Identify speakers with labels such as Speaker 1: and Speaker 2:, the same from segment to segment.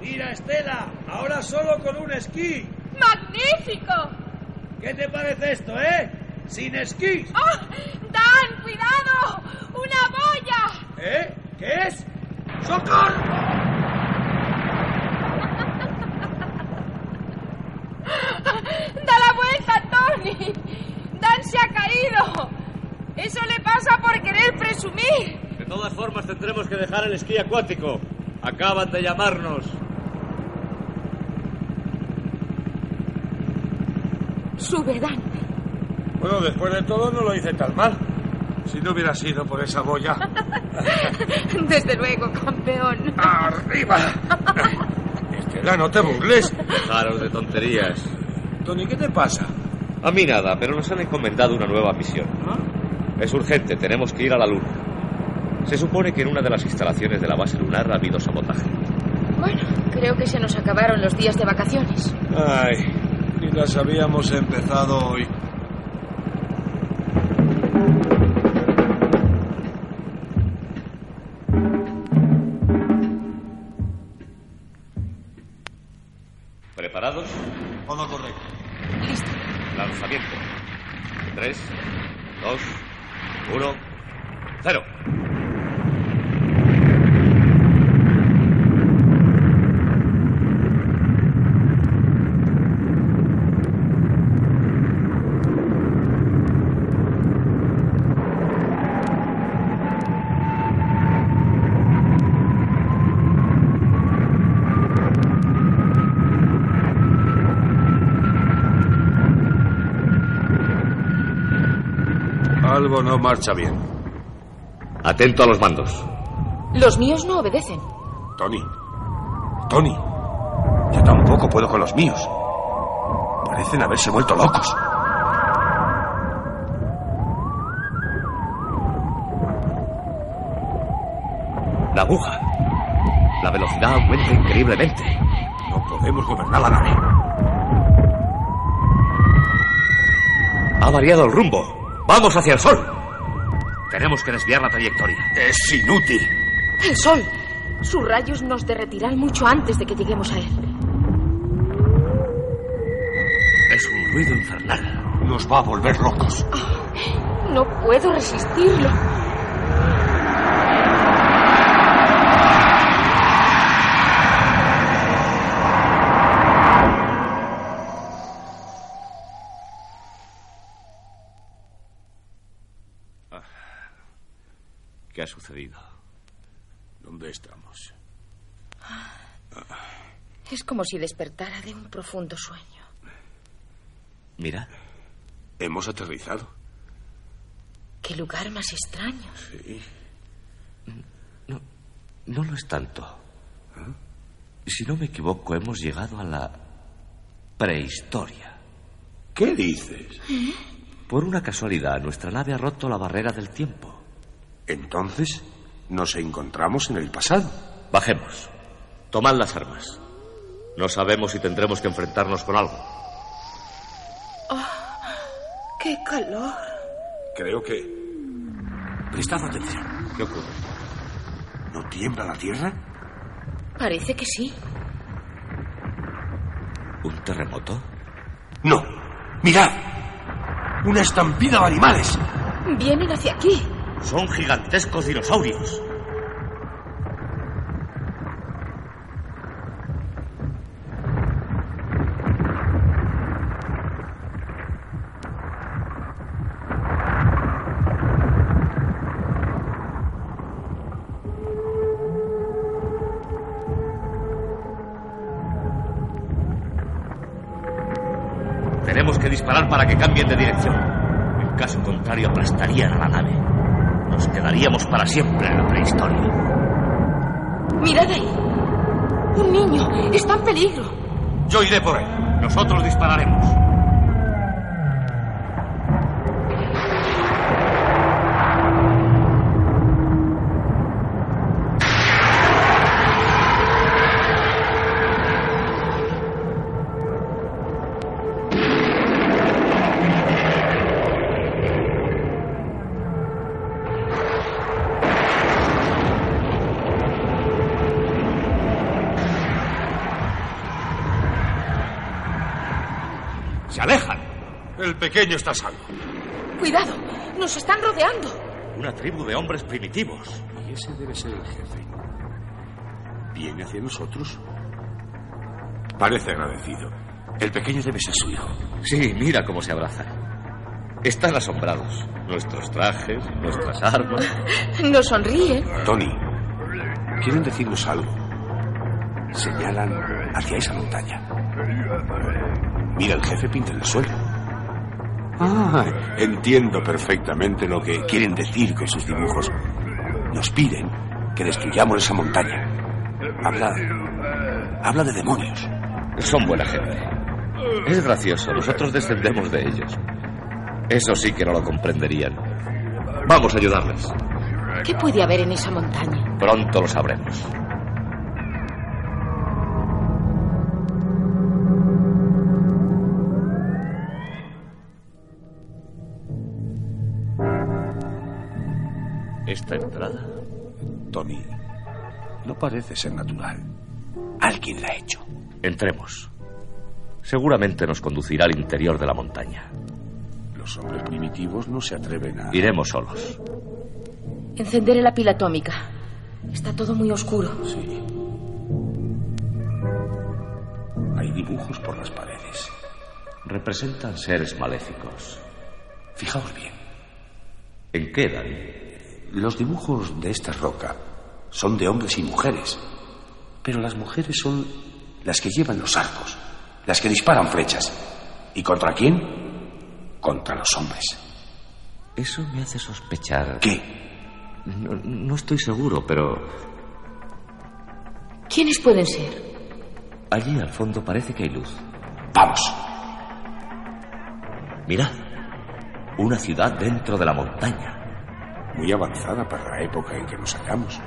Speaker 1: Mira, Estela, ahora solo con un esquí.
Speaker 2: ¡Magnífico!
Speaker 1: ¿Qué te parece esto, eh? Sin esquís.
Speaker 2: ¡Oh! ¡Dan, cuidado! ¡Una boya!
Speaker 1: ¿Eh? ¿Qué es? ¡Socorro!
Speaker 2: ¡Da la vuelta, Tony! ¡Dan se ha caído! Eso le pasa por querer presumir.
Speaker 3: De todas formas, tendremos que dejar el esquí acuático. Acaban de llamarnos.
Speaker 4: Sube, Dan.
Speaker 5: Bueno, después de todo no lo hice tan mal. Si no hubiera sido por esa boya.
Speaker 4: Desde luego, campeón.
Speaker 5: ¡Arriba! Estela, no te burles.
Speaker 3: Dejaros de tonterías.
Speaker 5: Tony, ¿qué te pasa?
Speaker 3: A mí nada, pero nos han encomendado una nueva misión. Es urgente, tenemos que ir a la Luna. Se supone que en una de las instalaciones de la base lunar ha habido sabotaje.
Speaker 4: Bueno, creo que se nos acabaron los días de vacaciones.
Speaker 5: Ay, ni las habíamos empezado hoy.
Speaker 3: ¿Preparados?
Speaker 5: Todo correcto.
Speaker 4: Listo.
Speaker 3: Lanzamiento. 3, 2, 1, 0.
Speaker 5: Algo no marcha bien.
Speaker 3: Atento a los mandos.
Speaker 4: Los míos no obedecen.
Speaker 5: Tony. Tony. Yo tampoco puedo con los míos. Parecen haberse vuelto locos.
Speaker 3: La aguja. La velocidad aumenta increíblemente.
Speaker 5: No podemos gobernar la nave.
Speaker 3: Ha variado el rumbo. Vamos hacia el sol. Tenemos que desviar la trayectoria.
Speaker 5: Es inútil.
Speaker 4: El sol. Sus rayos nos derretirán mucho antes de que lleguemos a él.
Speaker 3: Es un ruido infernal.
Speaker 5: Nos va a volver locos.
Speaker 4: No puedo resistirlo.
Speaker 3: ¿Qué ha sucedido?
Speaker 5: ¿Dónde estamos?
Speaker 4: Es como si despertara de un profundo sueño.
Speaker 3: Mira.
Speaker 5: ¿Hemos aterrizado?
Speaker 4: Qué lugar más extraño.
Speaker 5: Sí.
Speaker 3: No lo es tanto. Si no me equivoco, hemos llegado a la prehistoria.
Speaker 5: ¿Qué dices?
Speaker 3: Por una casualidad, nuestra nave ha roto la barrera del tiempo.
Speaker 5: Entonces, nos encontramos en el pasado.
Speaker 3: Bajemos. Tomad las armas. No sabemos si tendremos que enfrentarnos con algo.
Speaker 4: ¡Qué calor!
Speaker 5: Creo que... Prestad atención.
Speaker 3: ¿Qué ocurre?
Speaker 5: ¿No tiembla la Tierra?
Speaker 4: Parece que sí.
Speaker 3: ¿Un terremoto?
Speaker 5: No. Mirad. Una estampida de animales.
Speaker 4: Vienen hacia aquí.
Speaker 3: Son gigantescos dinosaurios. Tenemos que disparar para que cambien de dirección. En caso contrario, aplastarían a la nave. Nos quedaríamos para siempre en la prehistoria.
Speaker 4: Mirad ahí. Un niño. Está en peligro.
Speaker 3: Yo iré por él. Nosotros dispararemos.
Speaker 6: se alejan. El pequeño está salvo.
Speaker 7: Cuidado, nos están rodeando.
Speaker 3: Una tribu de hombres primitivos.
Speaker 6: Y ese debe ser el jefe. ¿Viene hacia nosotros? Parece agradecido. El pequeño debe ser su hijo.
Speaker 3: Sí, mira cómo se abrazan. Están asombrados. Nuestros trajes, nuestras armas.
Speaker 7: Nos sonríe.
Speaker 6: Tony, quieren decirnos algo. Señalan hacia esa montaña. Mira, el jefe pinta en el suelo. Ah, entiendo perfectamente lo que quieren decir con sus dibujos. Nos piden que destruyamos esa montaña. Habla. Habla de demonios.
Speaker 3: Son buena gente. Es gracioso, nosotros descendemos de ellos. Eso sí que no lo comprenderían. Vamos a ayudarles.
Speaker 7: ¿Qué puede haber en esa montaña?
Speaker 3: Pronto lo sabremos. Esta entrada
Speaker 6: Tony, no parece ser natural. Alguien la ha hecho.
Speaker 3: Entremos. Seguramente nos conducirá al interior de la montaña.
Speaker 6: Los hombres primitivos no se atreven a...
Speaker 3: Iremos solos.
Speaker 7: Encenderé la pila atómica. Está todo muy oscuro.
Speaker 6: Sí. Hay dibujos por las paredes.
Speaker 3: Representan seres maléficos.
Speaker 6: Fijaos bien.
Speaker 3: ¿En qué edad?
Speaker 6: Los dibujos de esta roca son de hombres y mujeres, pero las mujeres son las que llevan los arcos, las que disparan flechas. ¿Y contra quién? Contra los hombres.
Speaker 3: Eso me hace sospechar.
Speaker 6: ¿Qué?
Speaker 3: No, no estoy seguro, pero
Speaker 7: ¿Quiénes pueden ser?
Speaker 3: allí al fondo parece que hay luz.
Speaker 6: Vamos.
Speaker 3: Mirad, una ciudad dentro de la montaña.
Speaker 6: Muy avanzada para la época en que nos hallamos.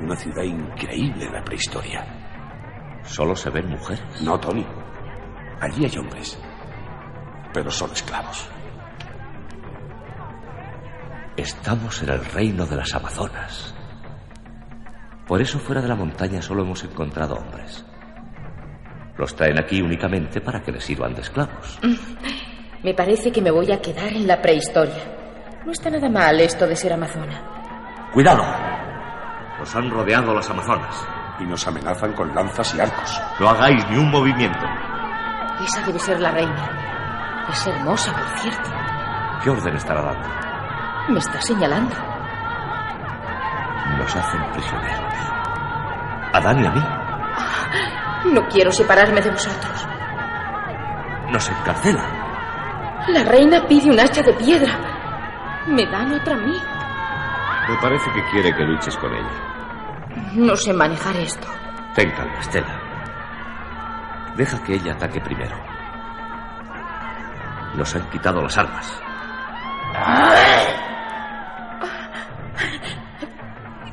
Speaker 6: Una ciudad increíble en la prehistoria.
Speaker 3: Solo se ven mujeres.
Speaker 6: No, Tony. Allí hay hombres, pero son esclavos.
Speaker 3: Estamos en el reino de las Amazonas. Por eso fuera de la montaña solo hemos encontrado hombres. Los traen aquí únicamente para que les sirvan de esclavos.
Speaker 7: Me parece que me voy a quedar en la prehistoria. No está nada mal esto de ser amazona.
Speaker 3: ¡Cuidado! Nos han rodeado las Amazonas.
Speaker 6: Y nos amenazan con lanzas y arcos.
Speaker 3: No hagáis ni un movimiento.
Speaker 7: Esa debe ser la reina. Es hermosa, por cierto.
Speaker 3: ¿Qué orden estará dando?
Speaker 7: Me está señalando.
Speaker 3: Nos hacen prisioneros. A Dan y a mí.
Speaker 7: No quiero separarme de vosotros.
Speaker 3: Nos encarcelan.
Speaker 7: La reina pide un hacha de piedra. Me dan otra a mí.
Speaker 3: Me parece que quiere que luches con ella.
Speaker 7: No sé manejar esto.
Speaker 3: Ten calma, Estela. Deja que ella ataque primero. Nos han quitado las armas.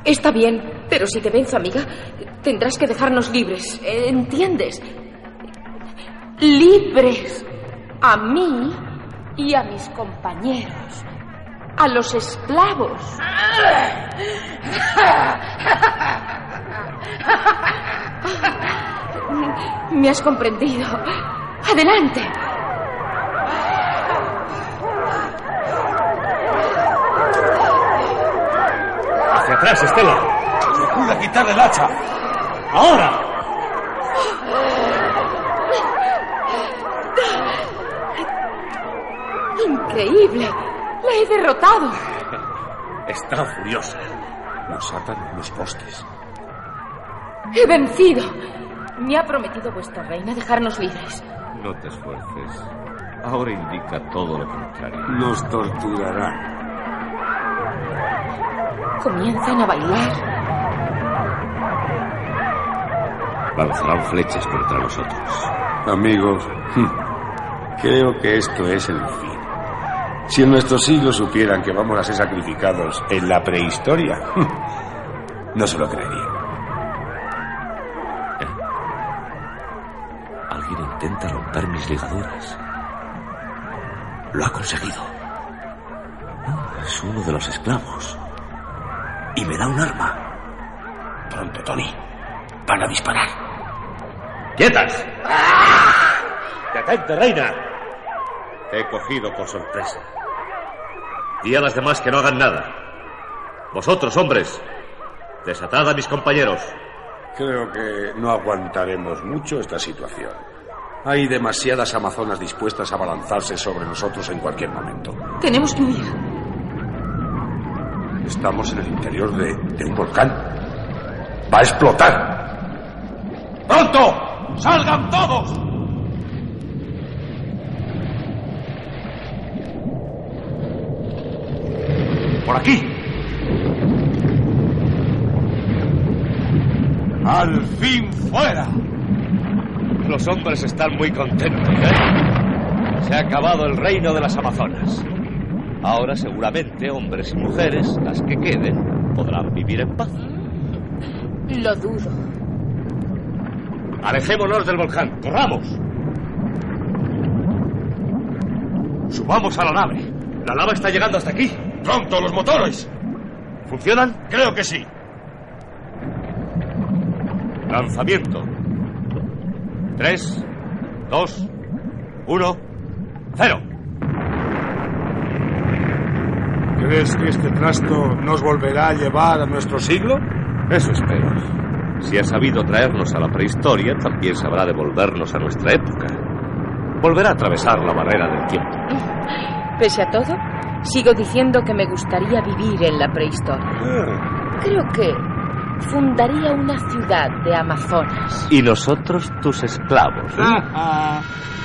Speaker 7: Está bien, pero si te venzo, amiga, tendrás que dejarnos libres. ¿Entiendes? Libres. A mí y a mis compañeros. A los esclavos. Me has comprendido. Adelante.
Speaker 3: ¡Hacia atrás, Estela!
Speaker 6: ¡Procura quitar el hacha! ¡Ahora!
Speaker 7: Increíble. La he derrotado.
Speaker 3: Está furiosa.
Speaker 6: Nos atan a los postes.
Speaker 7: He vencido. Me ha prometido vuestra reina dejarnos libres.
Speaker 3: No te esfuerces. Ahora indica todo lo contrario.
Speaker 6: Nos torturarán.
Speaker 7: Comienzan a bailar.
Speaker 3: Lanzarán flechas contra nosotros.
Speaker 6: Amigos, creo que esto es el fin. Si en nuestros siglos supieran que vamos a ser sacrificados en la prehistoria, no se lo creerían.
Speaker 3: Alguien intenta romper mis ligaduras. Lo ha conseguido. Ah, Es uno de los esclavos. Y me da un arma.
Speaker 6: Pronto, Tony. Van a disparar.
Speaker 3: ¡Quietas! ¡Detente, reina! Te he cogido por sorpresa. Di a las demás que no hagan nada. Vosotros, hombres, desatad a mis compañeros.
Speaker 6: Creo que no aguantaremos mucho esta situación. Hay demasiadas amazonas dispuestas a abalanzarse sobre nosotros en cualquier momento.
Speaker 7: Tenemos que huir.
Speaker 6: Estamos en el interior de, de un volcán. ¡Va a explotar! ¡Pronto! ¡Salgan todos! ¡Por aquí! ¡Al fin fuera!
Speaker 3: Los hombres están muy contentos, ¿eh? Se ha acabado el reino de las Amazonas. Ahora seguramente hombres y mujeres, las que queden, podrán vivir en paz.
Speaker 7: Lo dudo.
Speaker 3: Alejémonos del volcán, corramos. Subamos a la nave. La lava está llegando hasta aquí.
Speaker 6: ¡Pronto, los motores!
Speaker 3: ¿Funcionan?
Speaker 6: Creo que sí.
Speaker 3: Lanzamiento. Tres, dos, uno, cero.
Speaker 6: ¿Crees que este trasto nos volverá a llevar a nuestro siglo?
Speaker 3: Eso espero. Si ha sabido traernos a la prehistoria, también sabrá devolvernos a nuestra época. Volverá a atravesar la barrera del tiempo.
Speaker 7: Pese a todo, sigo diciendo que me gustaría vivir en la prehistoria. Creo que fundaría una ciudad de Amazonas.
Speaker 3: Y nosotros tus esclavos. ¿eh?